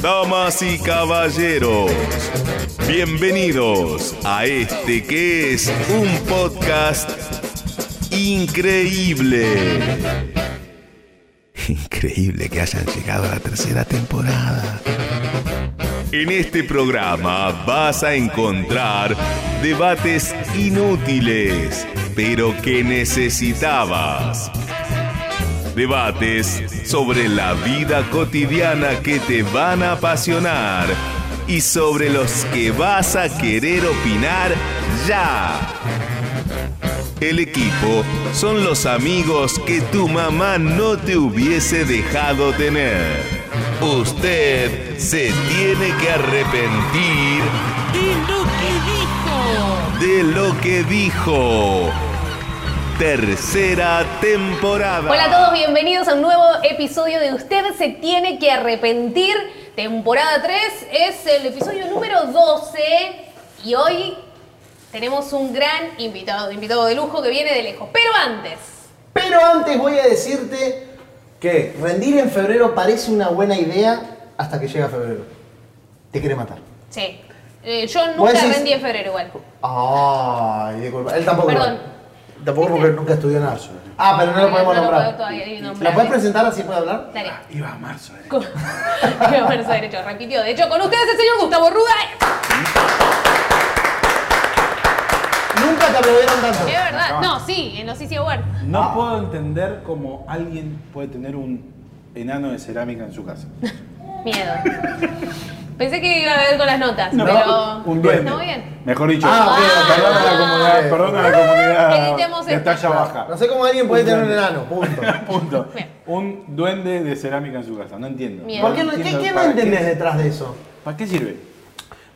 damas y caballeros, bienvenidos a este que es un podcast increíble. Increíble que hayan llegado a la tercera temporada. En este programa vas a encontrar debates inútiles, pero que necesitabas. Debates sobre la vida cotidiana que te van a apasionar y sobre los que vas a querer opinar ya. El equipo son los amigos que tu mamá no te hubiese dejado tener. Usted se tiene que arrepentir Y lo que dijo. de lo que dijo. Tercera temporada. Hola a todos, bienvenidos a un nuevo episodio de Usted se tiene que arrepentir. Temporada 3 es el episodio número 12 y hoy tenemos un gran invitado, un invitado de lujo que viene de lejos. Pero antes, Pero antes voy a decirte que rendir en febrero parece una buena idea hasta que llega febrero. Te quiere matar. sí, eh, yo ¿Vos nunca decís- rendí en febrero igual. Ay, de culpa. Él tampoco. lo- Perdón. Este- Tampoco porque nunca estudió en Arsenal. Ah, pero no lo podemos No lo puedo nombrar. todavía ni nombrar. ¿La puedes presentar así puede hablar? Dale. Iba a marzo. eh. Con- Pero bueno, su derecho, repitió. De hecho, con ustedes el señor Gustavo Ruda. Nunca te aplaudieron tanto. Es verdad. No, sí, en los CC Awards. No puedo entender cómo alguien puede tener un enano de cerámica en su casa. Miedo. Pensé que iba a ver con las notas, pero. Ah, un duende. ¿Está muy bien? Mejor dicho, Ah, ok, ok. perdón a la comunidad, perdón a la comunidad Editemos de esto. talla baja. No sé cómo alguien puede tener un enano, punto. Punto. Bien. Un duende de cerámica en su casa, no entiendo. Bien. ¿Por qué no, ¿Qué, entiendo qué no para entendés detrás de eso? ¿Para qué sirve?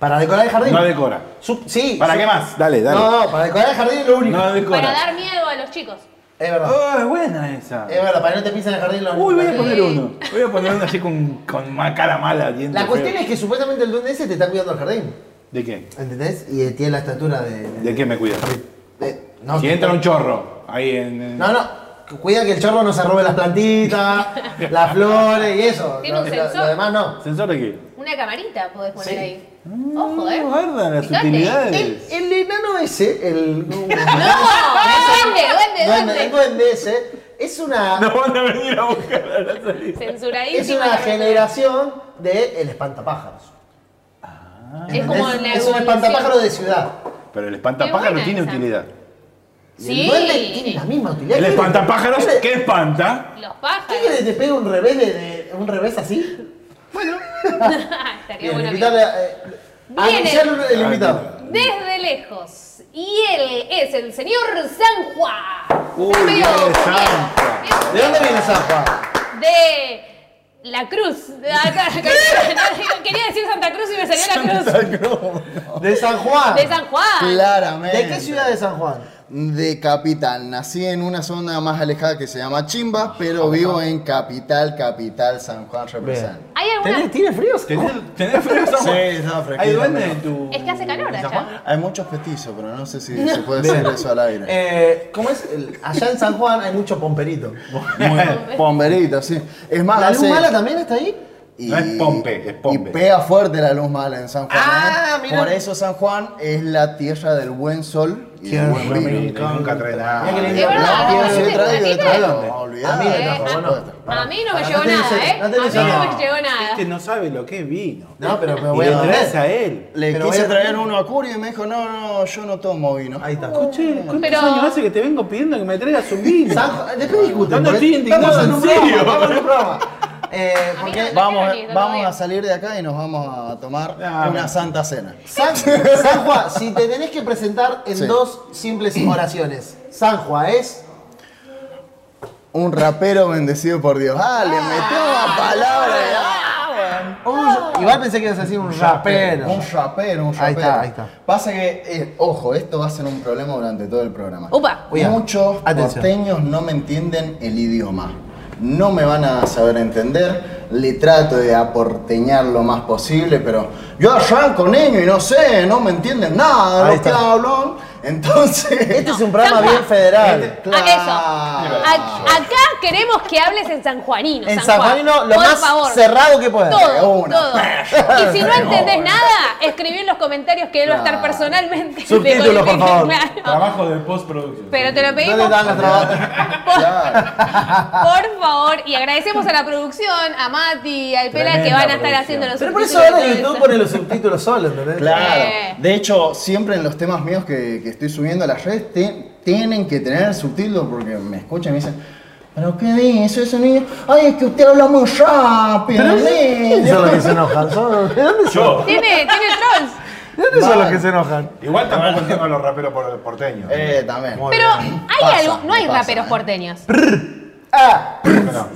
¿Para decorar el jardín? No decora. Su- sí. ¿Para su- qué más? Dale, dale. No, no, para decorar el jardín es lo único. No decora. Para dar miedo a los chicos. Es verdad. Oh, es buena esa. Es verdad, para que no te pisen el jardín es lo único. Uy, voy a Sí. poner uno. Voy a poner uno así con, con una cara mala. dientes La cuestión feos. es que supuestamente el duende ese te está cuidando el jardín. ¿De qué? ¿Entendés? Y eh, tiene la estatura de. ¿De qué me cuida? de- no, Si que- entra un chorro ahí en. en- No, no. que Cuida que el chorro no se robe las plantitas, las flores y eso. Tiene Lo- un lo- sensor. Lo demás no. ¿Sensor de qué? Una camarita podés poner Sí. Mm, ahí. Ojo, eh. No, guarda las Fijate. El, utilidades. el enano ese, el. No, duende, duende, duende, el duende. duende ese, es una. No van a venir a buscar a la salida. Censuradísimo. Es una generación de El Espantapájaros. Ah. Es como ¿Entendés? la Es un evolución. espantapájaro de ciudad. Pero el Qué espantapájaro buena tiene esa. utilidad. Y Sí. El duende tiene la misma utilidad. El ¿Qué- espantapájaros qué- que espanta. Los ¿Qué quieres pájaros. que te pegue un revés de, de- un revés así? Estaría Bien, bueno. invitarle que- a, eh, Viene. anunciar el- el invitado. Desde lejos. Y él es el señor San Juan. Uy, Está medio viene comiendo. San Juan. Bien. ¿De dónde viene San Juan? de la cruz. De acá, acá. No, Quería decir Santa Cruz y me salió la cruz. De San Juan. De San Juan. Claramente. ¿De qué ciudad de San Juan? De capital. Nací en una zona más alejada que se llama Chimba, pero vivo en capital, capital San Juan representa. ¿Hay alguna? ¿Tiene fríos? ¿Tenés, tenés frío, San Juan? estaba ¿Hay duendes en tu. Es que hace calor en San Juan? allá. Hay muchos petizos, pero no sé si se puede hacer eso al aire. Eh, ¿Cómo es? El- Allá en San Juan hay mucho pomperito. Pomberito, Ah, sí. Es más, eh. ¿La luz hace- mala también está ahí? y- No es pompe, es pompe. Y pega fuerte la luz mala en San Juan. Ah, ¿eh? mira. Por eso San Juan es la tierra del buen sol y del buen vino. Nunca trae nada. Mirá que lindo. Es verdad, ¿no? No, yo ¿Viste? traigo ¿Viste? de trago, ¿Dónde? Ah, no, A mí me olvidate. trajo, vos no. Eh, A mí no me Para, llegó no te nada, dice- ¿eh? A no te mí dice no nada. me llegó nada. Este no sabe lo que es vino. No, pero me Y voy le a traes a poner. él. Le Pero quise voy a- traer uno a Curio y me dijo, no, no, yo no tomo vino. Ahí está. Escuché, ¿cuántos Pero- años hace que te vengo pidiendo que me traigas un vino? San Juan, después discuten. No, no porque estoy indignado, estamos en un en serio. programa, Estamos en un programa. Eh, A mí porque no- Vamos, quiero ni, no lo vamos veo. a salir de acá y nos vamos a tomar Ah, una bueno. santa cena. San, San Juan, si te tenés que presentar en Sí. dos simples oraciones. San Juan es. Un rapero bendecido por Dios. Ah, le metió una palabra. Un- igual pensé que ibas a decir un rapero. Un rapero, un rapero. Ahí está, ahí está. Pasa que, eh, ojo, esto va a ser un problema durante todo el programa. Upa. Cuidado. Muchos Atención. porteños no me entienden el idioma. No me van a saber entender. Le trato de aporteñar lo más posible, pero yo arranco niño y no sé, no me entienden nada. Ahí Los que está. hablan Entonces. Este es un programa San Juan. bien federal. Ah, Este, eso. A- acá queremos que hables en San Juanino. En San San Juan. Juanino, lo Por más favor. cerrado que puedas. Todo, Una todo. Y si no entendés nada, escribí en los comentarios que él va a estar personalmente. Subtítulos, por favor. Claro. Trabajo de postproducción. Pero te lo No pedimos le dan los trabajos. Claro. Por favor, y agradecemos a la producción, a Mati, al Pela, Tremenda que van a estar producción. haciendo los Pero por eso subtítulos ahora y todo YouTube eso. pone los subtítulos solo, ¿entendés? Claro. Eh. De hecho, siempre en los temas míos que, que estoy subiendo a las redes, te- tienen que tener subtítulos porque me escuchan y me dicen, ¿pero qué dice ese niño? Ay, es que usted habla muy rápido. ¿Quiénes niño". son los que se enojan? ¿Son- ¿De dónde son? Yo. Tiene, tiene trolls. ¿De dónde son Vale. los que se enojan? Igual tampoco entiendo a los raperos por- porteños. Eh, también. Pero hay Pasa, algo, no hay pasa, raperos eh. porteños. Ah, No.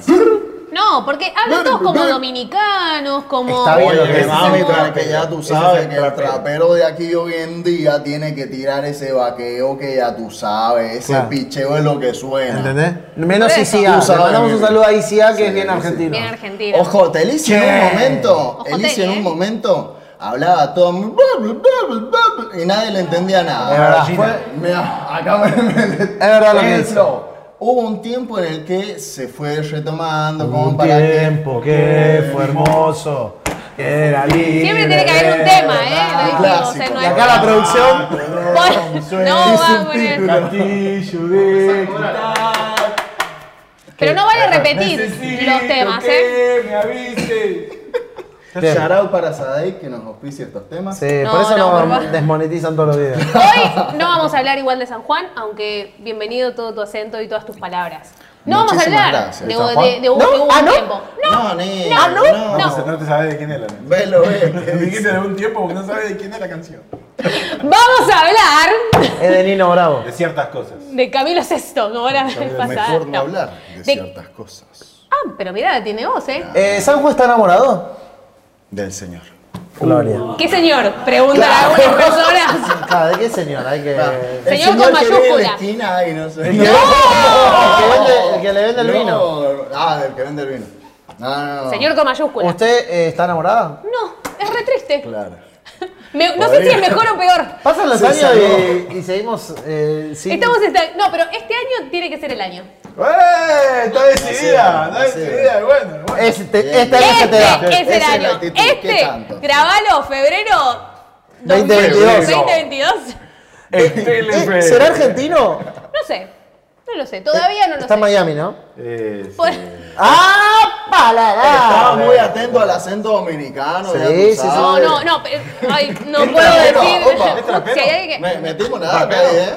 No, porque hablan todos como dominicanos, como. Está bien, lo Oye, que ese es mami, el pero trapero. que ya tú Ese es sabes el que el trapero. trapero de aquí hoy en día tiene que tirar ese vaqueo que ya tú sabes, ese Claro. picheo es lo que suena. ¿entendés? Menos Por eso. ICA. Tú Le sabes mandamos bien. un saludo a ICA que Sí, es bien sí. argentino. Bien argentino. Ojo, te Elise en un Che. momento, Ojo, Elise en Teli, un eh. momento hablaba todo muy bla, bla, bla, bla, bla, bla, y nadie le entendía nada. Es verdad. Fue- mira, acá me- me- verdad lo que el dice. flow. Hubo un tiempo en el que se fue retomando Hubo como Un para que- tiempo que fue hermoso, que era libre. Siempre tiene que haber un tema, ¿eh? Lo Un dijimos, o sea, clásico. no Y hay- acá la producción. Pon- No va a poner. Castillo de Pero no vale repetir los temas, ¿eh? Me avise. Shout out para Sadek que nos auspicia estos temas. Sí, No, por eso no, no, por favor. desmonetizan todos los videos. Hoy no vamos a hablar igual de San Juan, aunque bienvenido todo tu acento y todas tus palabras. No vamos a Muchísimas hablar gracias. de, ¿San de, Juan? de- de un, ¿No? de un ¿Ah, no? tiempo. No, ni- no, no. no. No, te- no te sabes de quién era. ¿no? Velo, ve. Dijiste de un tiempo porque no sabes de quién es la canción. Vamos a hablar Es de Nino Bravo. De ciertas cosas. de Camilo Sesto, no van a ver pasar. Mejor no. no hablar de De- ciertas cosas. Ah, pero mirá, tiene voz, ¿eh? Eh, ¿San Juan está enamorado? Del Señor. Gloria. ¿Qué señor? Preguntan algunas personas. Claro, ¿de qué señor? Hay que. El Señor con que vive en mayúscula. la esquina, ay, no sé. El que vende- el que le vende el No, vino. Ah, del que vende el vino. No, no, no. Señor con mayúscula. ¿Usted eh, está enamorada? No, es re triste. Claro. Me- no sé si es mejor o peor. Pasan los Se años salvó. y, y seguimos eh, sin- Estamos esta- No, pero este año tiene que ser el año. ¡Eh! Está decidida, está Así es. decidida. y Bueno, bueno. Este, este año se te da. Este es el Esa es la año. actitud, ¿qué Este, tanto? grabalo, febrero 2022. 2022. Eh, ¿Será argentino? No sé, no lo sé, todavía no lo Está en sé. Miami, ¿no? Eh, Por- ¡Ah! Estaba ¡Palala! muy atento al acento dominicano. Sí, ya tú sí, sí. sabes. No, no, no, pero- ay, no Es puedo trapero, decir. opa, es trapero. Si hay alguien que- Me, metimos nada acá, ¿eh?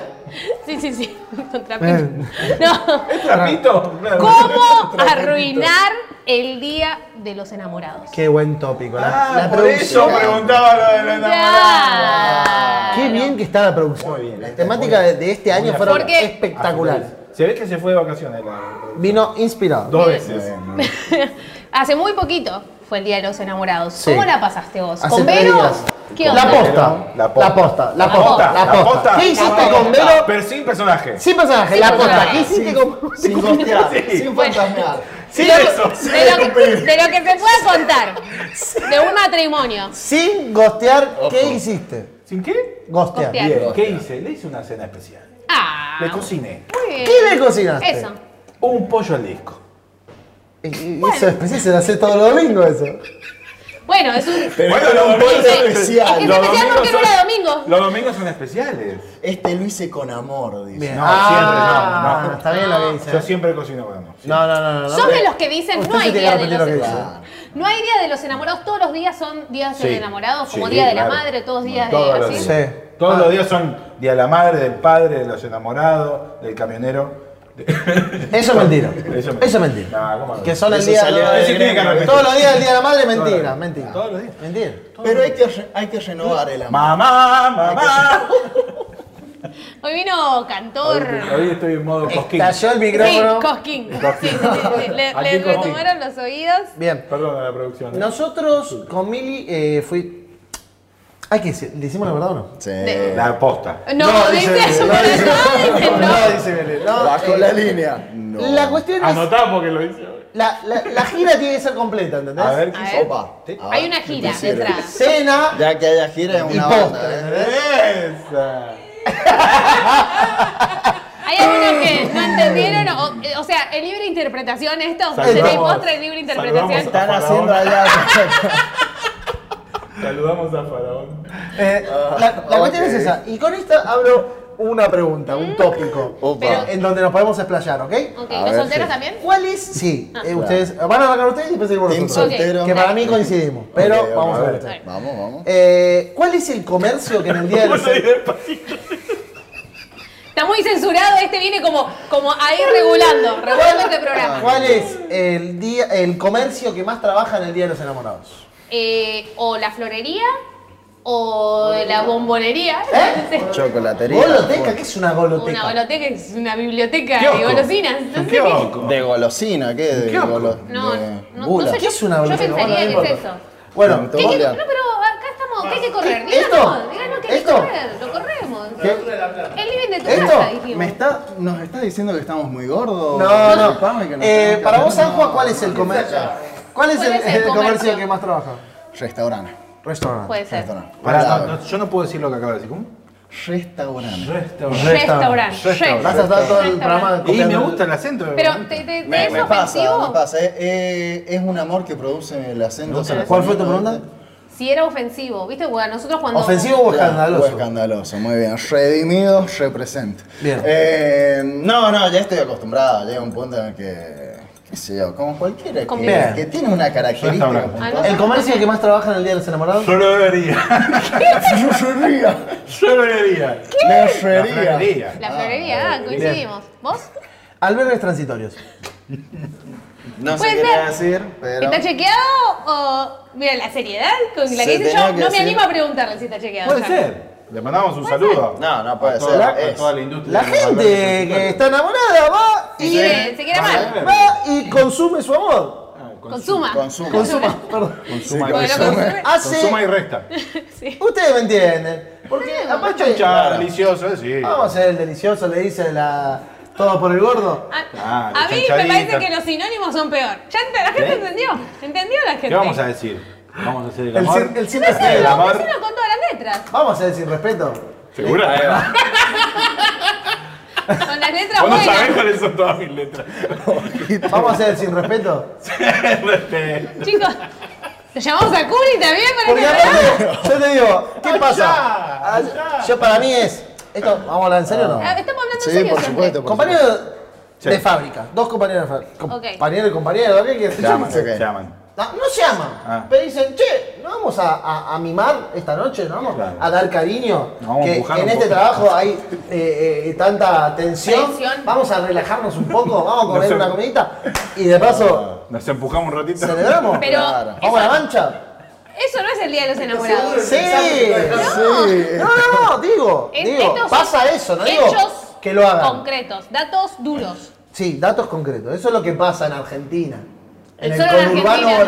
Sí, sí, sí, con trapito. No. ¿Es trapito? Claro. ¿Cómo arruinar el día de los enamorados? Qué buen tópico. La, Ah, la por eso producción. preguntaba lo de la enamorada. Qué bien que está la producción. Muy bien. Las temáticas de, de este año fueron Porque- espectaculares. Ah, Se ve que se fue de vacaciones. la- Vino inspirado. Dos veces. Hace muy poquito fue el día de los enamorados. Sí. ¿Cómo la pasaste vos? Hace ¿Con tres Vero? días. ¿Qué onda? La posta. La La posta. posta. La La posta. La La posta. ¿Qué hiciste La con posta, Vero? Pero sin personaje. Sin personaje. Sin La posta. personaje. ¿Qué hiciste con Sin gostear, Sí. sin fantasmear. Sin de, eso. lo, de lo que, de lo que se puede contar. De un matrimonio. Sin gostear, ¿qué Ojo. hiciste? ¿Sin qué? Gostear. Gostear. Bien. ¿Qué hice? Le hice una cena especial. Ah. Le cociné muy bien. ¿Qué le cocinaste? Eso. un pollo al disco. Y- y- Eso es preciso, se lo hace todos los domingos eso. Bueno, es un. Pero Bueno, este lo era un volvemos pollo a hacer. Es especial. Los especial domingos porque no son- era domingo. Los domingos son especiales. Este lo hice con amor, dice. No, siempre no, no. Ah, Está bien lo que dice. Yo siempre cocino con amor. No, no, no, no. no. Son de los que dicen Usted no se hay tiene día que de los repetir lo que dice. enamorados. No hay día de los enamorados, todos los días son días de Sí. enamorados, como Sí, día de la claro. madre, todos días Todos de los así. días. Sí. Ah. Todos los días son día de la madre, del padre, de los enamorados, del camionero. Eso es mentira. Eso es mentira. Eso es mentira. Nah, ¿cómo no? Que son el Eso día. salió no, de- ese tiene que arrepentir. Todos los días el día de la madre, mentira, mentira. Todos los días. Mentira. Pero hay que, re- hay que renovar el amor. Mamá, mamá. Hoy vino cantor. Hoy estoy en modo cosquín. Estalló el Sí, micrófono. Cosquín. Sí, sí, sí, sí. Le, Aquí le Cosquín. retomaron los oídos. Bien. Perdón a la producción. ¿eh? Nosotros con Mili eh, fui. Hay que decir, ¿le hicimos la verdad o no? Sí. De- La posta. No, dice eso, no, pero dice- no, dice no. No, dice Belén. No, Bajo eh, la línea. No. La cuestión es. Anotá porque lo hice hoy. La, la, la gira tiene que ser completa, ¿entendés? A ver, A ¿qué ver. hizo? Opa. a Hay ver, una ¿qué gira sirve? detrás. Cena Ya que haya gira es y una posta, banda, ¿eh? ¿entendés? ¡Esa! Hay algunos que no entendieron, o, o sea, el libre interpretación esto, Saludamos- tenéis postre de libre interpretación. saludamos a- Están haciendo allá. Saludamos a Faraón. Eh, Ah, la la cuestión es esa. Y con esta abro una pregunta, un tópico. Opa. pero En donde nos podemos explayar, Mm. ¿ok? Ok, A ¿los ver, solteros sí. también? ¿Cuál es? Sí, eh, ustedes van a arrancar ustedes y después seguimos Team nosotros. soltero. Que para mí coincidimos, pero Ok, ok, vamos a ver. a ver. ustedes. Vamos, vamos. Eh, ¿Cuál es el comercio que en el día de los... Está muy censurado, este viene como, como ahí regulando, regulando este programa. ¿Cuál es el, día, el comercio que más trabaja en el Día de los Enamorados? Eh, o la florería, o la bombonería. ¿Eh? Chocolatería. ¿Goloteca? ¿Qué es una Una goloteca? biblioteca es una biblioteca de Kiosco. golosinas. no sé. De golosina, ¿qué? De Kiosco. golo- No, de no, no gula. sé. ¿Qué es una Yo goloteca? pensaría Bueno, no que es importa. Con Bueno, ¿Qué hay que- Hola. no, pero acá estamos, ¿qué hay que correr? ¿Esto? Díganos, díganos que hay que ¿Esto? correr, lo corremos. El living de tu casa, ¿Esto? dijimos. Me está, nos está diciendo que estamos muy gordos. no, no. Disculpame que nos tenemos Eh, que para hacer- vos, San Juan, no. ¿cuál es el comercio? ¿Cuál es el, el comercio que más trabaja? Restaurante. Restaurante. Puede ser. Ah, Restaurante. Pará, no, Palabra. no, yo no puedo decir lo que acabo de decir. ¿Cómo? Restaurante. Restaurante. Restaurante. Restaurante. Vas a estar todo el programa Y me copiando- gusta el acento. Pero te, te- te Me, es me pasa, ofensivo. me pasa. Eh, eh, es un amor que produce el acento. ¿Cuál fue tu pregunta? Si era ofensivo, ¿viste? Bueno, nosotros cuando. ¿Ofensivo o Claro, escandaloso? escandaloso, muy bien. Redimido, represent. Bien. Eh, no, no, ya estoy acostumbrado. Llega un punto en el que, qué sé yo, como cualquiera Como- que, que tiene una característica. Restaurante. Ah, puntual. no. ¿El comercio que más trabaja en el Día de los Enamorados? Florería. Churrería. Florería. Lechería. Florería. La florería, ah, coincidimos. ¿Vos? Albergues transitorios. No sé Puede qué ser. decir, pero... ¿Está chequeado o.? Mira, la seriedad con la Se que dice tenía yo, que no me decir. animo a preguntarle si está chequeado. Puede ya. ser. Le mandamos un saludo. No, no puede a toda la- ser, a es. toda la industria. La de los gente valores que musicales. está enamorada va Se y, quiere, se quiere amar. Vale. va y consume su amor. Ah, consuma. Consuma. Consuma. Consuma, perdón. Consuma, y Bueno, resta. consume. Hace- Consuma y resta. Ah, Ustedes me entienden. Porque aparte, Chanchada, delicioso, sí. vamos a hacer el delicioso, le dice la todo por el gordo. A, Ah, a mí me chanchadita. parece que los sinónimos son peor. Ya ent- la gente ¿Eh? entendió. ¿Entendió la gente? ¿Qué vamos a decir? Vamos a hacer el El, amor. sin- el sin respeto. El Lo amor. pusieron con todas las letras. Vamos a hacer el sin respeto. ¿Segura? Con las letras Vos no sabés buenas. cuáles son todas mis letras. Vamos a hacer el sin respeto. Este, Chicos, ¿lo llamamos a Curi también para Porque que aparte, yo te digo, ¿qué pasa? allá. Ah, Yo para mí es. Esto, vamos a hablar en serio o no. Ah, Estamos hablando en Sí, serio por siempre. supuesto, por Compañero Sí. de fábrica, dos compañeros de fábrica. Ok. Compañero y compañero, ¿qué quieres? Se aman, No, ok. Se aman. no se aman, Ah. pero dicen, che, no vamos a, a- a mimar esta noche, no vamos Claro. a dar cariño, Nos vamos a que empujar en un este poquito. trabajo hay eh, eh, tanta tensión. Tensión. vamos a relajarnos un poco, vamos a No comer sé. Ah. una comidita y de paso Nos empujamos un ratito. celebramos, Pero Claro. vamos a la mancha. eso no es el día de los enamorados. Sí, Sí. no, no, no, digo, Es- digo, estos son pasa eso, no digo hechos que lo hagan. Concretos, datos duros. Sí, datos concretos. Eso es lo que pasa en Argentina. En el Solo en conurbano Argentina.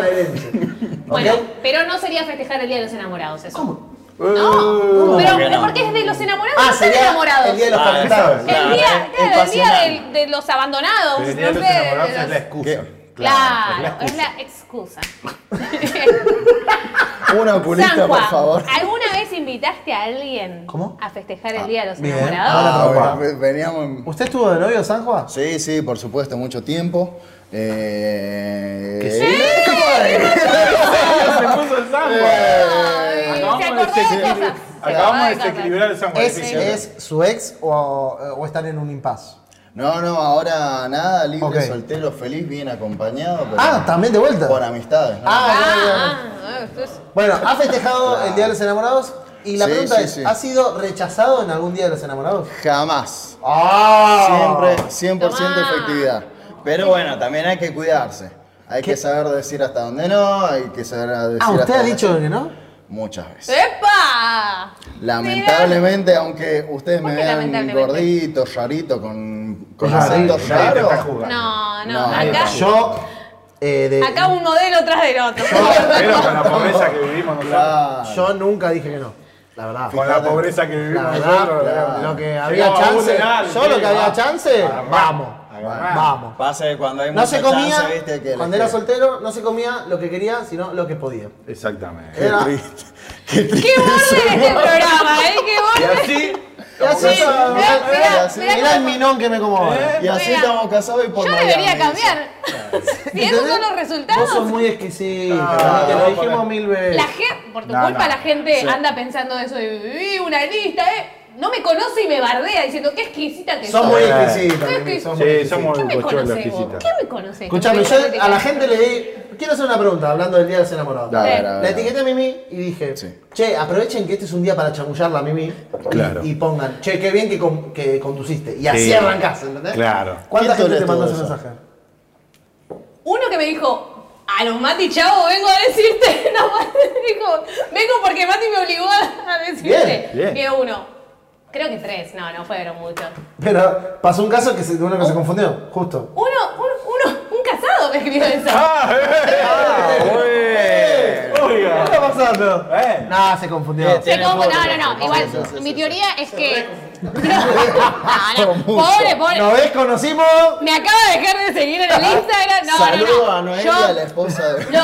bonaerense. Bueno, ¿Ok? pero no sería festejar el día de los enamorados eso. ¿Cómo? No, pero que no? porque es de los enamorados, Ah, no son sería enamorados. el día de los Ah, calentados. eso es. El día, Claro, claro, el día pasional. del- de los abandonados. Pero el día de no los sé, enamorados de es la los- excusa. Claro, es la excusa. Una culita, San por Juan, favor. ¿alguna vez invitaste a alguien ¿Cómo? Ah, a festejar el día de los bien. enamorados? Ahora Ah, preocupa. bueno, veníamos... en- ¿Usted estuvo de novio, Sanjua? Sí, sí, por supuesto, mucho tiempo. Eh, Se puso Ay, el sangre. se acordó de cosas. Se acordó Acabamos de de desequilibrar el sangre. ¿Es, es su ex o, o están en un impasse? No, no, ahora nada, libre, Ok. soltero, feliz, bien acompañado. Pero Ah, también de vuelta. Por amistades. ¿no? Ah, Ah, ah, esto es- Bueno, ha festejado el Día de los Enamorados y la Sí, pregunta sí, es, sí. ¿ha sido rechazado en algún Día de los Enamorados? Jamás. ¡Ah! Siempre 100% Tomá. efectividad. Pero bueno, también hay que cuidarse. Hay que saber decir hasta dónde no, hay que saber decir Ah, ¿usted hasta ha dónde- dicho que no? Muchas veces. Eh, ¡Epa! Lamentablemente, aunque ustedes ¿Por me qué vean lamentablemente? gordito, rarito, con, con Rarito, acento rarito, raro, está jugando. Mirá. No, no, No, acá, Yo, eh, de- acá un modelo tras del otro. Pero con la pobreza que vivimos nosotros. claro, yo nunca dije que no, la verdad. Con la pobreza que vivimos La nosotros. verdad, ¿verdad? lo que Llegamos había a chance, vulnerar, yo lo que sí, había va. chance, Agarrá, vamos, agarrá. vamos. pasa que cuando hay No mucha se comía, chance, viste, que cuando la era gente- soltero, no se comía lo que quería, sino lo que podía. Exactamente. Era- Qué triste. Qué ¡Qué triste. borde en este programa, eh! ¡Qué Y borde! así Y así Sí, estamos- mirá, mirá, así- mirá Mirá el minón que me como ahora. Y así mirá. estamos casados y por Yo Miami, debería dice. cambiar. si esos son los resultados, Vos sos muy exquisito. Ah, te no, lo dijimos para- mil veces. la gente, por tu No, culpa no. la gente Sí. anda pensando eso de viví una lista, eh. No me conoce y me bardea diciendo qué exquisita que Sos sos. muy ¿Qué exquisita. Creo Mimi, que- sos muy Sí, exquisita. somos me bocholas conoces vos? ¿Qué exquisitas. me conoces? Escuchame, yo Porque- a la gente le di. Quiero hacer una pregunta, hablando del día de los enamorados. A ver, a ver, La a ver. etiqueté a Mimi y dije, Sí. che, aprovechen que este es un día para chamullarla a Mimi y- Claro. y, pongan, che, qué bien que, con- que conduciste. Y así Sí. arrancás, ¿entendés? Claro. ¿Cuánta ¿Quién gente te tolera mandó todo ese eso? mensaje? Uno que me dijo, a los Mati Chavo vengo a decirte, no, Mati, dijo, vengo porque Mati me obligó a a decirte. Bien, bien. Que uno, creo que tres, no, no fueron muchos. Pero pasó un caso que se, de uno que se confundió, justo. Uno, un, uno, un casado me escribió eso. Ah, eh, eh, ¿Qué está pasando? Bueno. Eh. Nah, se confundió. Se Tiene como- pobre, no, no, no, pobre, igual, sí, sí, mi sí, teoría es que... No, no, pobre, pobre. ¿Nos desconocimos? Me acaba de dejar de seguir en el Instagram. No, Saludo no, no. a Noelia, Yo- la esposa de. No,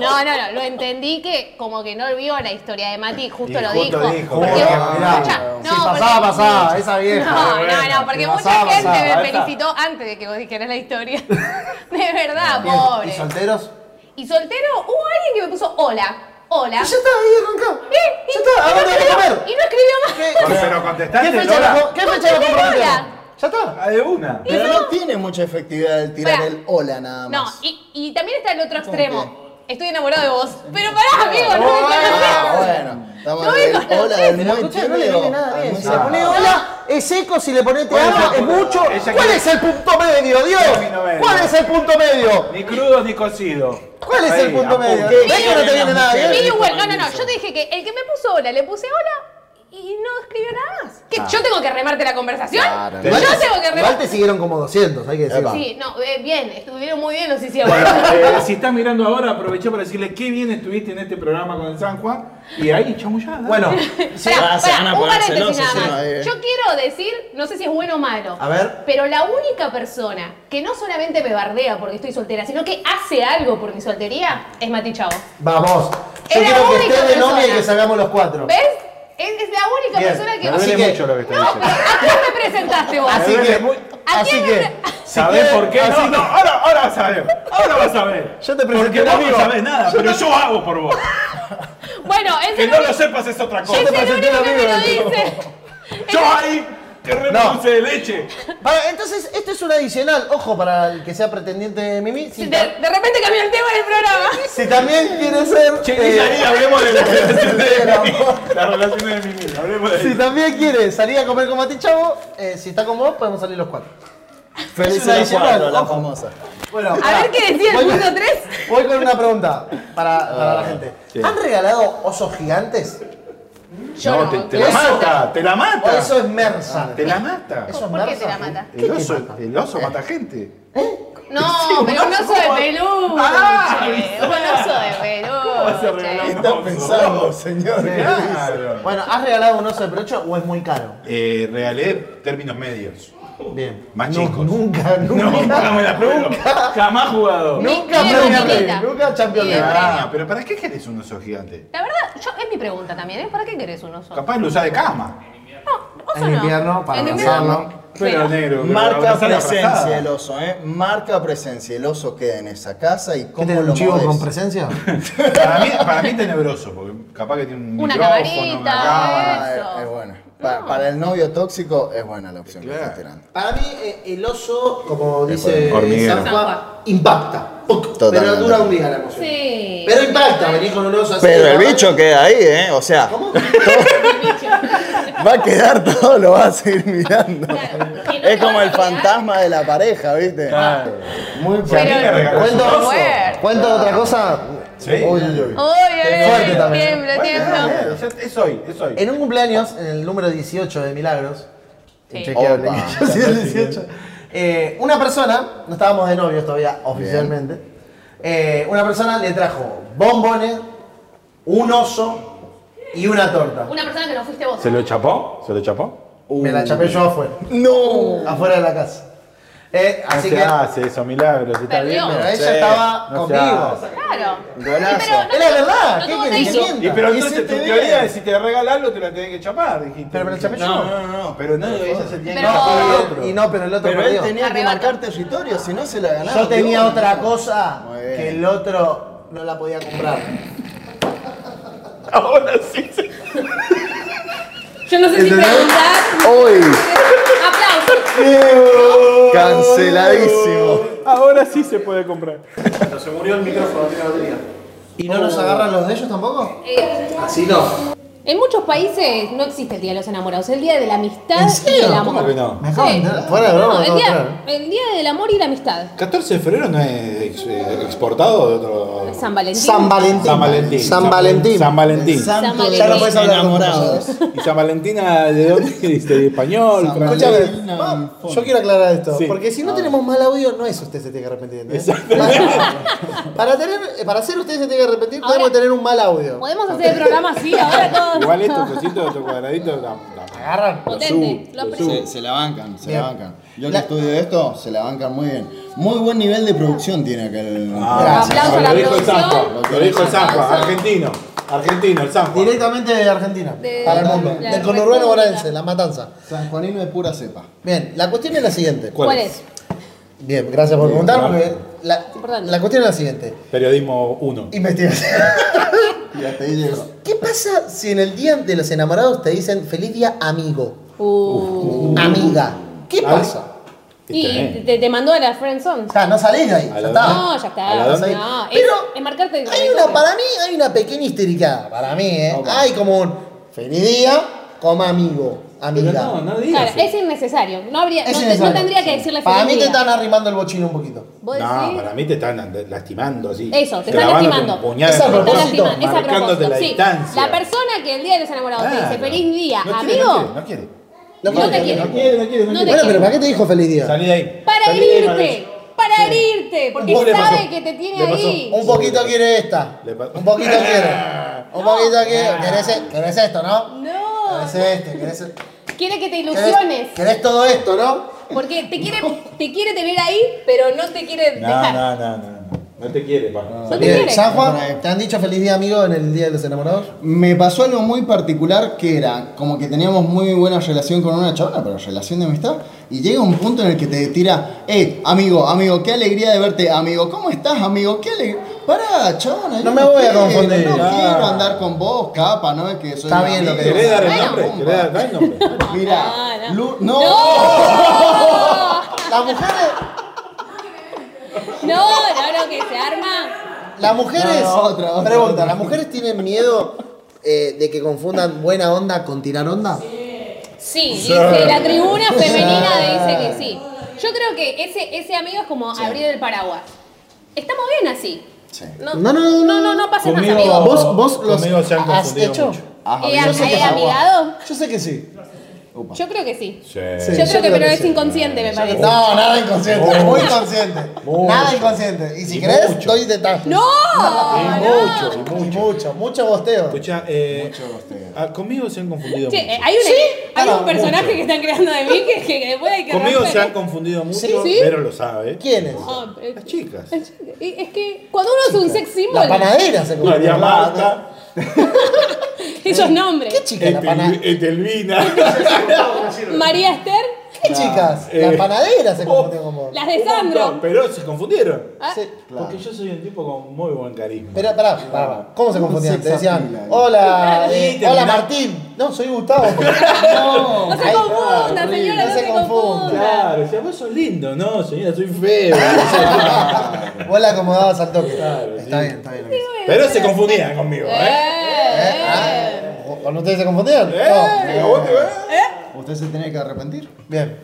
no, no, no, lo entendí que como que no vio la historia de Mati, justo Y lo justo dijo. dijo, Porque- Joder, mirá. escucha, Si pasaba, pasaba, esa vieja. No, no, Bueno, no, porque si mucha pasaba, gente pasaba, me esa. felicitó antes de que vos dijeras la historia. De verdad, Bien, pobre. ¿Y solteros? Y soltero, hubo alguien que me puso hola, hola. Ya estaba ahí arrancado. Eh, y- Ya está, y no ahora de escribió- comer. Y no escribió más. ¿Qué- Pero ¿Qué contestaste, fecha Lola. lo- qué fecha lo Contesté, comprometieron? Lola. Ya está. Ah, de una. Pero no tiene mucha efectividad el tirar Pará. el hola nada No, más. y, y también está el otro extremo. Estoy enamorado de vos. Pero pará, amigo, no me Ah, conocés. bueno, estamos No me en el conocés, hola del Ah, Pero muy escuchá, no le tímido viene nada al bien. muy Si le cercano. pone hola, es seco. Si le pone te Bueno, amo, es bueno, mucho. ella quiere- ¿Cuál es el punto medio, Dios? Término medio. ¿Cuál es el punto medio? Ni crudo ni cocido. ¿Cuál es el Ahí, punto a medio? punto. ¿Ves que no te viene nada ¿eh? Me bien? dio igual. No, no, no. Yo te dije que el que me puso hola, le puse hola y no escribió nada más. ¿Qué? ¿Yo tengo que remarte la conversación? Claro, ¿Yo Ah. Igual te- tengo que Igual remarte? te siguieron como 200, hay que decirlo. Sí, no, eh, bien, estuvieron muy bien los hicieron. Eh, si estás mirando ahora, aproveché para decirle qué bien estuviste en este programa con el San Juan. Y ahí, chamullada. Bueno, Pará, ah, se pará, van a un poner paréntesis celosos, nada más. sí, no, eh. Yo quiero decir, no sé si es bueno o malo, A ver. pero la única persona que no solamente me bardea porque estoy soltera, sino que hace algo por mi soltería, es Mati Chavo. vamos. Yo Era quiero que única estés de novia y persona. que salgamos los cuatro. ¿Ves? Es, es la única Bien, persona que... me duele Así que- mucho lo que estás No, diciendo. ¿A quién me presentaste vos? Así Me duele que, muy- ¿A así quién que, me- ¿Sabés que- por qué? así No, no, ahora, ahora vas a ver. Ahora vas a ver. Yo te presenté Porque un vos amigo. no sabés nada, pero yo hago por vos. Bueno, es Que el no único, lo sepas es otra es cosa. te el presenté único que me un lo amigo, dice. Eh, Yo ahí te repuse de leche. Para, entonces, esto es un adicional, ojo, para el que sea pretendiente de Mimi. De, Si, ta- de repente cambió el tema del programa. si también quiere ser. Che, y eh, ahí hablemos de la relación de Mimi. La relación de Mimi, hablemos de si eso. también quiere salir a comer con Mati Chavo, eh, si está con vos, podemos salir los cuatro. Feliz Eso en dice la cuatro, mal, la ojo. famosa. Bueno, A ver qué decía el voy con- punto 3. Voy con una pregunta para, Ah, para la gente. ¿Han regalado osos gigantes? Yo no, te, te la eso- mata, te la ¿O mata. eso es mersa? Te la mata. ¿Eso es ¿Por qué mersa? te la mata? ¿Qué El te oso, mata? el oso mata gente. No, pero un oso de peluche. Ah, un oso de a regalar peluche. un- Está pensando, señor. Claro. Bueno, ¿has regalado un oso de peluche o es muy caro? Eh, regalé términos medios. Bien. Más Nu- chicos. Nunca, nunca. No, nunca me la pruebo. Jamás jugado. Ni- Nunca ni Premier de League, boquita. nunca Champions Ni de League. premio. Ah, pero ¿para qué querés un oso gigante? La verdad, yo, es mi pregunta también, ¿eh? ¿Para qué querés un oso? Capaz lo usás de cama. No, oso En no. invierno, para En invierno. abrazarlo. Pero- negro. Marca abrazar la presencia abrazada. el oso, ¿eh? Marca presencia. El oso queda en esa casa y ¿Qué cómo tenés, ¿este un lo chivo con mueves. presencia? Para mí, para mí es tenebroso, porque capaz que tiene un Una micrófono, camarita, una cámara. eh. Ah, es, es buena. Pa- para el novio tóxico es buena la opción que Claro. estás tirando. Para mí, eh, el oso, como dice hormiguero. San Juan, impacta. Puc, Pero Totalmente. dura un día la emoción. Sí. Pero impacta, venís con un oso así. de tamaño. queda ahí, ¿eh? O sea, va a quedar todo, lo va a seguir mirando. Claro. Es como el fantasma de la pareja, ¿viste? Claro. Muy Si a mí Pero- me regaló un Cuento, oso. Fuerte. cuento otra cosa. Sí. Uy, uy, Oye, uy. fuerte oye, también. tiemblo, tiemblo. Bueno, ya- Es hoy, es hoy. En un cumpleaños, en el número 18 de Milagros, Sí. inchequeable, Opa. yo soy el 18, eh, una persona, no estábamos de novios todavía oficialmente, eh, una persona le trajo bombones, un oso y una torta. Una persona que no fuiste vos. ¿Se lo chapó? ¿Se lo chapó? Me la chapé yo afuera, No. afuera de la casa. Eh, No así Ah, se que. hace eso, milagros, está Perdió. bien. Pero ella Sí, estaba no se conmigo. hace. Claro. Golazo. Sí, pero Era tuvo- verdad, no ¿qué tuvo querés que taking. mienta? Y pero Y entonces hiciste tu bien. teoría es si te regalás algo te la tenés que chapar, dijiste. Pero me la chapé yo. No, no, no, pero no, ella se tiene que Pero- chapar al otro. Y no, pero el otro Pero él perdió. tenía que Arrebata. marcar territorio, si no se la ganaba. Yo tenía Dios. otra cosa Muy bien. que el otro no la podía comprar. Ahora sí. se- Yo no sé si preguntar. Hoy, Aplausos. canceladísimo. Ahora sí se puede comprar. ¿Y no nos agarran los de ellos tampoco? Eh, Así no. en muchos países no existe el Día de los Enamorados, el Día de la Amistad ¿En y serio? el ¿Cómo Amor. que no? Me acabo de Sí. enterar. Fuera de broma, No, el, me acabo de día, enterar. el Día del Amor y la Amistad. 14 de febrero no es ex- eh, exportado de otro. San Valentín. San Valentín. San Valentín. San Valentín. San Valentín. Santo Valentín. de Ya no los puedes hablar con enamorados. ¿Y San Valentín ah, de dónde dice? ¿De español? San francés? Escúchame, Valentina, va, fondo. yo quiero aclarar esto, Sí. porque si no tenemos mal audio, no es usted se tiene que arrepentir. ¿eh? para tener, para ser usted se tiene que arrepentir, Ahora- podemos tener un mal audio. Podemos hacer el programa así ahora todos. Igual estos cositos, estos cuadraditos. la- la- Agarran. Potente. Lo Lo sub. pre- Se, se la bancan, se Bien. la bancan. Yo que La- estudio esto, se la bancan muy bien. Muy buen nivel de producción tiene acá el. Gracias. aplauso a la Lo dijo el producción. Sanfa, Lo dijo el Sanfa, Aplauso. Argentino. Argentino, el Sanfa. Directamente de Argentina, De- para el mundo, la del conurbano República. bonaerense, la matanza. San Juanino de pura cepa. Bien, la cuestión es la siguiente. ¿Cuál es? Bien, gracias por Bien, preguntar, claro. porque la, Importante. la cuestión es la siguiente. Periodismo 1. Investigación. Y hasta ahí llegó. ¿Qué pasa si en el día de los enamorados te dicen feliz día amigo, Uh. amiga? ¿Qué Ah. pasa? Y Este, te, te mandó a la friendzone. O sea, no salís de ahí, A ya la- está. No, ya ¿A está. la No, dónde? es, Pero es marcarte. Hay una, para mí hay una pequeña histericada, para mí, ¿eh? Ok. Hay como un feliz día, coma amigo, amiga. Pero no, no Claro, digas. es innecesario. No, habría, Es no, te- no necesario. tendría que decirle Para mí feliz te día. están arrimando el bochino un poquito. ¿Vos eh. No, decís? para mí te están lastimando así. Eso, te están clavándote lastimando. un puñal Es a Te en el propósito, corazón, lastima, es a marcándote propósito. la sí. distancia. La persona que el día de los enamorados te dice Claro. feliz día, No quiere, amigo, No quiere, no quiere. no, te quiere. No quiere, no quiere, no No te quiere. Bueno, pero ¿para qué te dijo feliz día? Salí de ahí. Para Salí de ahí, herirte, para herirte, porque poco le sabe pasó. que te tiene Le ahí. Un poquito quiere esta, Le pa- un poquito quiere, un poquito quiere. ¿Querés, e- querés esto, no? Ah, No, Querés este, querés, e- quiere que te querés, ilusiones, Eh. querés todo esto, ¿no? porque te quiere, te quiere tener ahí, pero no te quiere No, dejar. no, no, no. no. No te quiere, pa. No te Bien, quiere. San Juan, ¿te han dicho feliz día amigo en el día de los enamorados? Me pasó algo muy particular que era como que teníamos muy buena relación con una chabona, pero relación de amistad. Y llega un punto en el que te tira, eh, amigo, amigo, qué alegría de verte, amigo, ¿cómo estás, amigo? Qué alegría. Pará, chabona. yo No me voy a quiero, confundir. No Ah. quiero andar con vos, capa, ¿no? Es que soy Está un bien lo amigo. que ¿Querés dar el Bueno. nombre? ¿Querés dar dar el nombre? Mira, Ah, no. Lu- No, Las mujeres, no, no, no, que se arma. las mujeres, No, no, otra, otra, pregunta, otra. ¿las mujeres tienen miedo eh, de que confundan buena onda con tirar onda? Sí, dice la tribuna femenina dice que sí. Yo creo que ese, ese amigo es como abrir el paraguas. Estamos bien así. No, No, no, no, no, no, no pases más, Conmigo- amigo. ¿Vos, vos los Conmigo se han has confundido hecho? mucho. Ah, ¿He, yo sé que he sí. amigado? Yo sé que sí. Yo creo que sí. Sí. Sí. Yo yo creo que, creo pero que es sí. inconsciente, me parece. No, nada inconsciente, muy consciente. Mucho. Nada inconsciente. Y si Y querés, mucho. doy detalles. ¡No! Y no. mucho, y Y mucho. mucho, mucho bosteo. Escucha, eh, Mucho bosteo. ah, conmigo se han confundido Che, mucho. eh, hay, una- hay Para, un personaje mucho. que están creando de mí que, que después hay que Conmigo romper. se han confundido mucho, Sí, sí. pero lo sabe. ¿Quiénes? Ah, eh, Las las chicas. chicas. Y Es que cuando uno es un sex symbol, La panadera se confundió. María La- Marta, esos nombres. ¿Qué chica? La Etel- panadera. Etelvina. María Esther, ¿Qué chicas? Eh. La panadera Oh. se confundió con vos. las de Un montón, Sandro. Pero se confundieron. Ah, Sí. Porque yo soy un tipo con muy buen carisma. Espera, pará, pará, pará. ¿Cómo se confundían? Te decían, Sexapila. hola, eh, Sí, terminás- hola Martín. No, soy Gustavo. No se ahí- confunda, señora, no, No se, se confunda. confunda. Claro, o sea, vos sos lindo, no, señora, soy feo. Vos la acomodabas al toque. Claro, está sí. bien, está bien. lo que dice. Pero se confundían conmigo, ¿eh? Eh, eh. ¿O- ¿Con ustedes se confundieron? ¿Eh? No. ¿A vos te ves? Usted se tiene que arrepentir. Bien.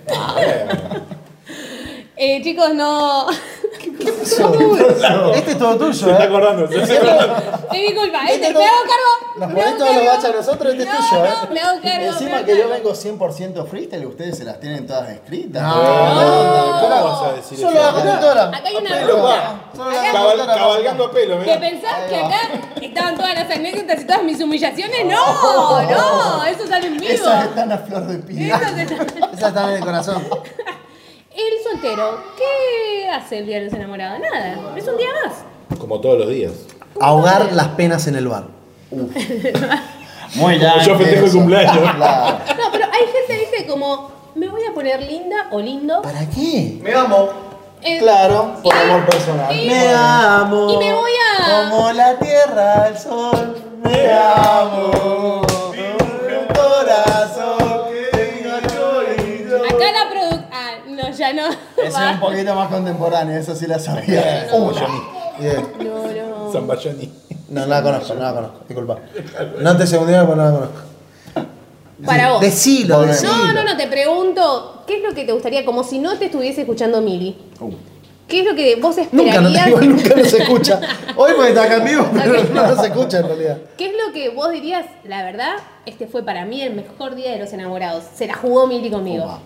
Eh, chicos, no. Este es todo tuyo, Se está ¿eh? acordando, se está acordando. Es mi culpa, ¿eh? Este Te- no- me hago cargo. Nos me ponés hago todos los cargo. bachas a nosotros, este es No, tuyo, ¿eh? no, me hago cargo. me Encima hago que yo cargo. vengo 100% freestyle, ustedes se las tienen todas escritas. No, ¿Cómo vas a decir Solo la eso? conductora. Acá hay una Pelo, ruta. pa. Solo Acá- la Cabal- conductora. cabalgando a pelo, ¿Te ¿eh? mirá. pensás que acá estaban todas las anécdotas y todas mis humillaciones? ¡No! ¡No! Eso sale en vivo. Esas están a flor de piel. Eso se- Esa está en el corazón. Él soltero, ¿qué hace el día de los enamorados? Nada, es un día más. Como todos los días. Ahogar las penas en el bar. Muy ya. Yo festejo el cumpleaños. Claro. No, pero hay gente, dice como, me voy a poner linda o lindo. ¿Para qué? Me amo. eh, Claro, por y- amor personal. y- Me amo. Y me voy a- Como la tierra al sol. Me amo. Un corazón que tenga chorizo. Acá la producción. Ah, no, ya no. Esa es un poquito más contemporánea, esa sí la sabía. Bien. No, no. Zambayoni. No, no la conozco, no la conozco. Disculpa. No te segundé porque no la conozco. Para vos. Decilo, No, decilo. No, no, no, te pregunto, ¿qué es lo que te gustaría? Como si no te estuviese escuchando Mili. ¿Qué es lo que vos Uh. Nunca, no te esperarías? digo, nunca nos escucha. Hoy porque está acá en vivo, pero no nos escucha en realidad. ¿Qué es lo que vos dirías? La verdad, este fue para mí el mejor día de los enamorados. Se la jugó Mili conmigo.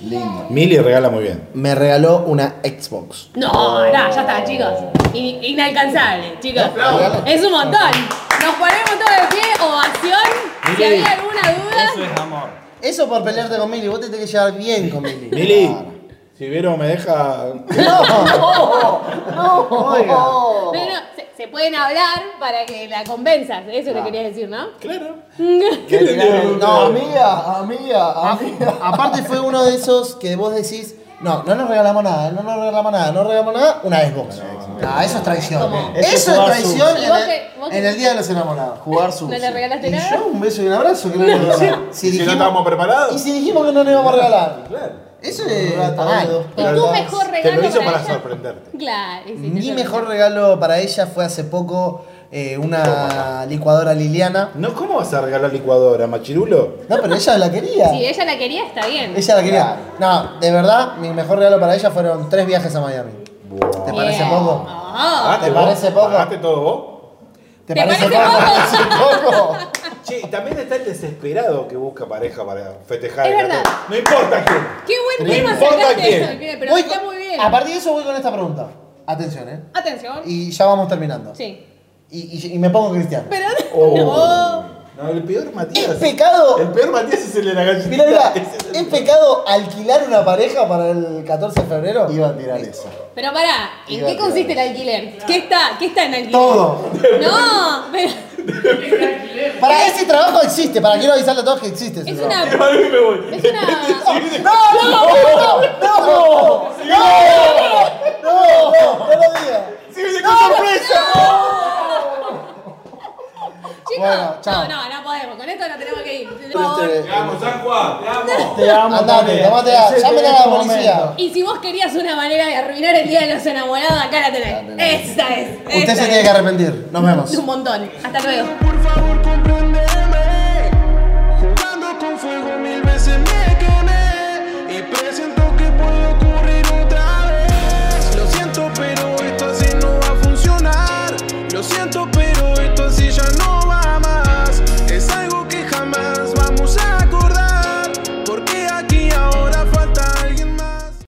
Lindo. Mili regala muy bien. Me regaló una Xbox. No, no, ya está, chicos. In- inalcanzable, chicos. Es un montón. Nos ponemos todos de pie, ovación. Si había alguna duda. es amor. Eso por pelearte con Mili, vos te tenés que llevar bien con Mili. Mili, si Vero me deja. No, no, se, se pueden hablar para que la convenzas. Eso Ah. le querías decir, ¿no? Claro. Que le tirás digo? el- No, No, amiga, amiga, amiga. Ah, Aparte fue uno de esos que vos decís, no, no nos regalamos nada, no nos regalamos nada, no regalamos nada, una Xbox. Ah, eso es traición. ¿Cómo? Eso es traición Y en vos el, que- vos que- en el Día de los Enamorados. Jugar su. ¿No le regalaste Y nada? yo un beso y un abrazo. Que no le regalaba. si ¿Y si no dijimos, estábamos y preparados? si dijimos que no le íbamos a regalar. Claro. Eso es... Ah, mal. Y tu mejor regalo. Te lo hizo para ella? sorprenderte. Claro. y sí, te Mi sorprendió. mejor regalo para ella fue hace poco eh, una licuadora Liliana. No, ¿cómo vas a regalar licuadora, machirulo? No, pero ella la quería. Si ella la quería, está bien. Ella la quería. No, de verdad, mi mejor regalo para ella fueron tres viajes a Miami. ¿Te parece Bien. poco? Ah. ¿Pagaste ¿te vos? parece poco? ¿Pagaste todo vos? ¿Te parece poco? poco? Che, y también está el desesperado que busca pareja para festejar. Es el verdad. 14. No importa quién. Qué buen No tema importa sacaste. quién. eso, mira, Pero Voy está con- muy bien. A partir de eso voy con esta pregunta. Atención, ¿eh? Atención. Y ya vamos terminando. Sí. Y, y- y me pongo cristiano. Pero Oh. No, el peor Matías. ¿Es pecado? El peor Matías es el de la gallinita. Mira, mira, Ese es el- ¿es pecado alquilar una pareja para el 14 de febrero? Iba a tirar eso. no. Pero pará, ¿en Iba a qué tirar consiste el alquiler? ¿Qué está, qué está en alquiler? Todo. No, pero Para ese trabajo existe, para quiero avisarle a todos que existe. ese es trabajo. una. A mí me voy. Es una. ¡No! ¡No! ¡No! ¡No! ¡No lo digas! ¡Sí, qué sorpresa! Bueno, Chicos, chao. no, no, no podemos. Con esto no tenemos que ir. Por favor. Este, amo, San Juan, te amo. Te amo. Andate, María. tomate, Ese llámela a es la tu policía. momento. Y si vos querías una manera de arruinar el día de los enamorados, acá la tenés. Esa es. Usted esa se es. tiene que arrepentir. Nos vemos. Un montón. Hasta luego. Por favor, compréndeme. Jugando con fuego mil veces me quemé. Y presiento que puede ocurrir otra vez. Lo siento, pero esto así no va a funcionar. Lo siento, pero.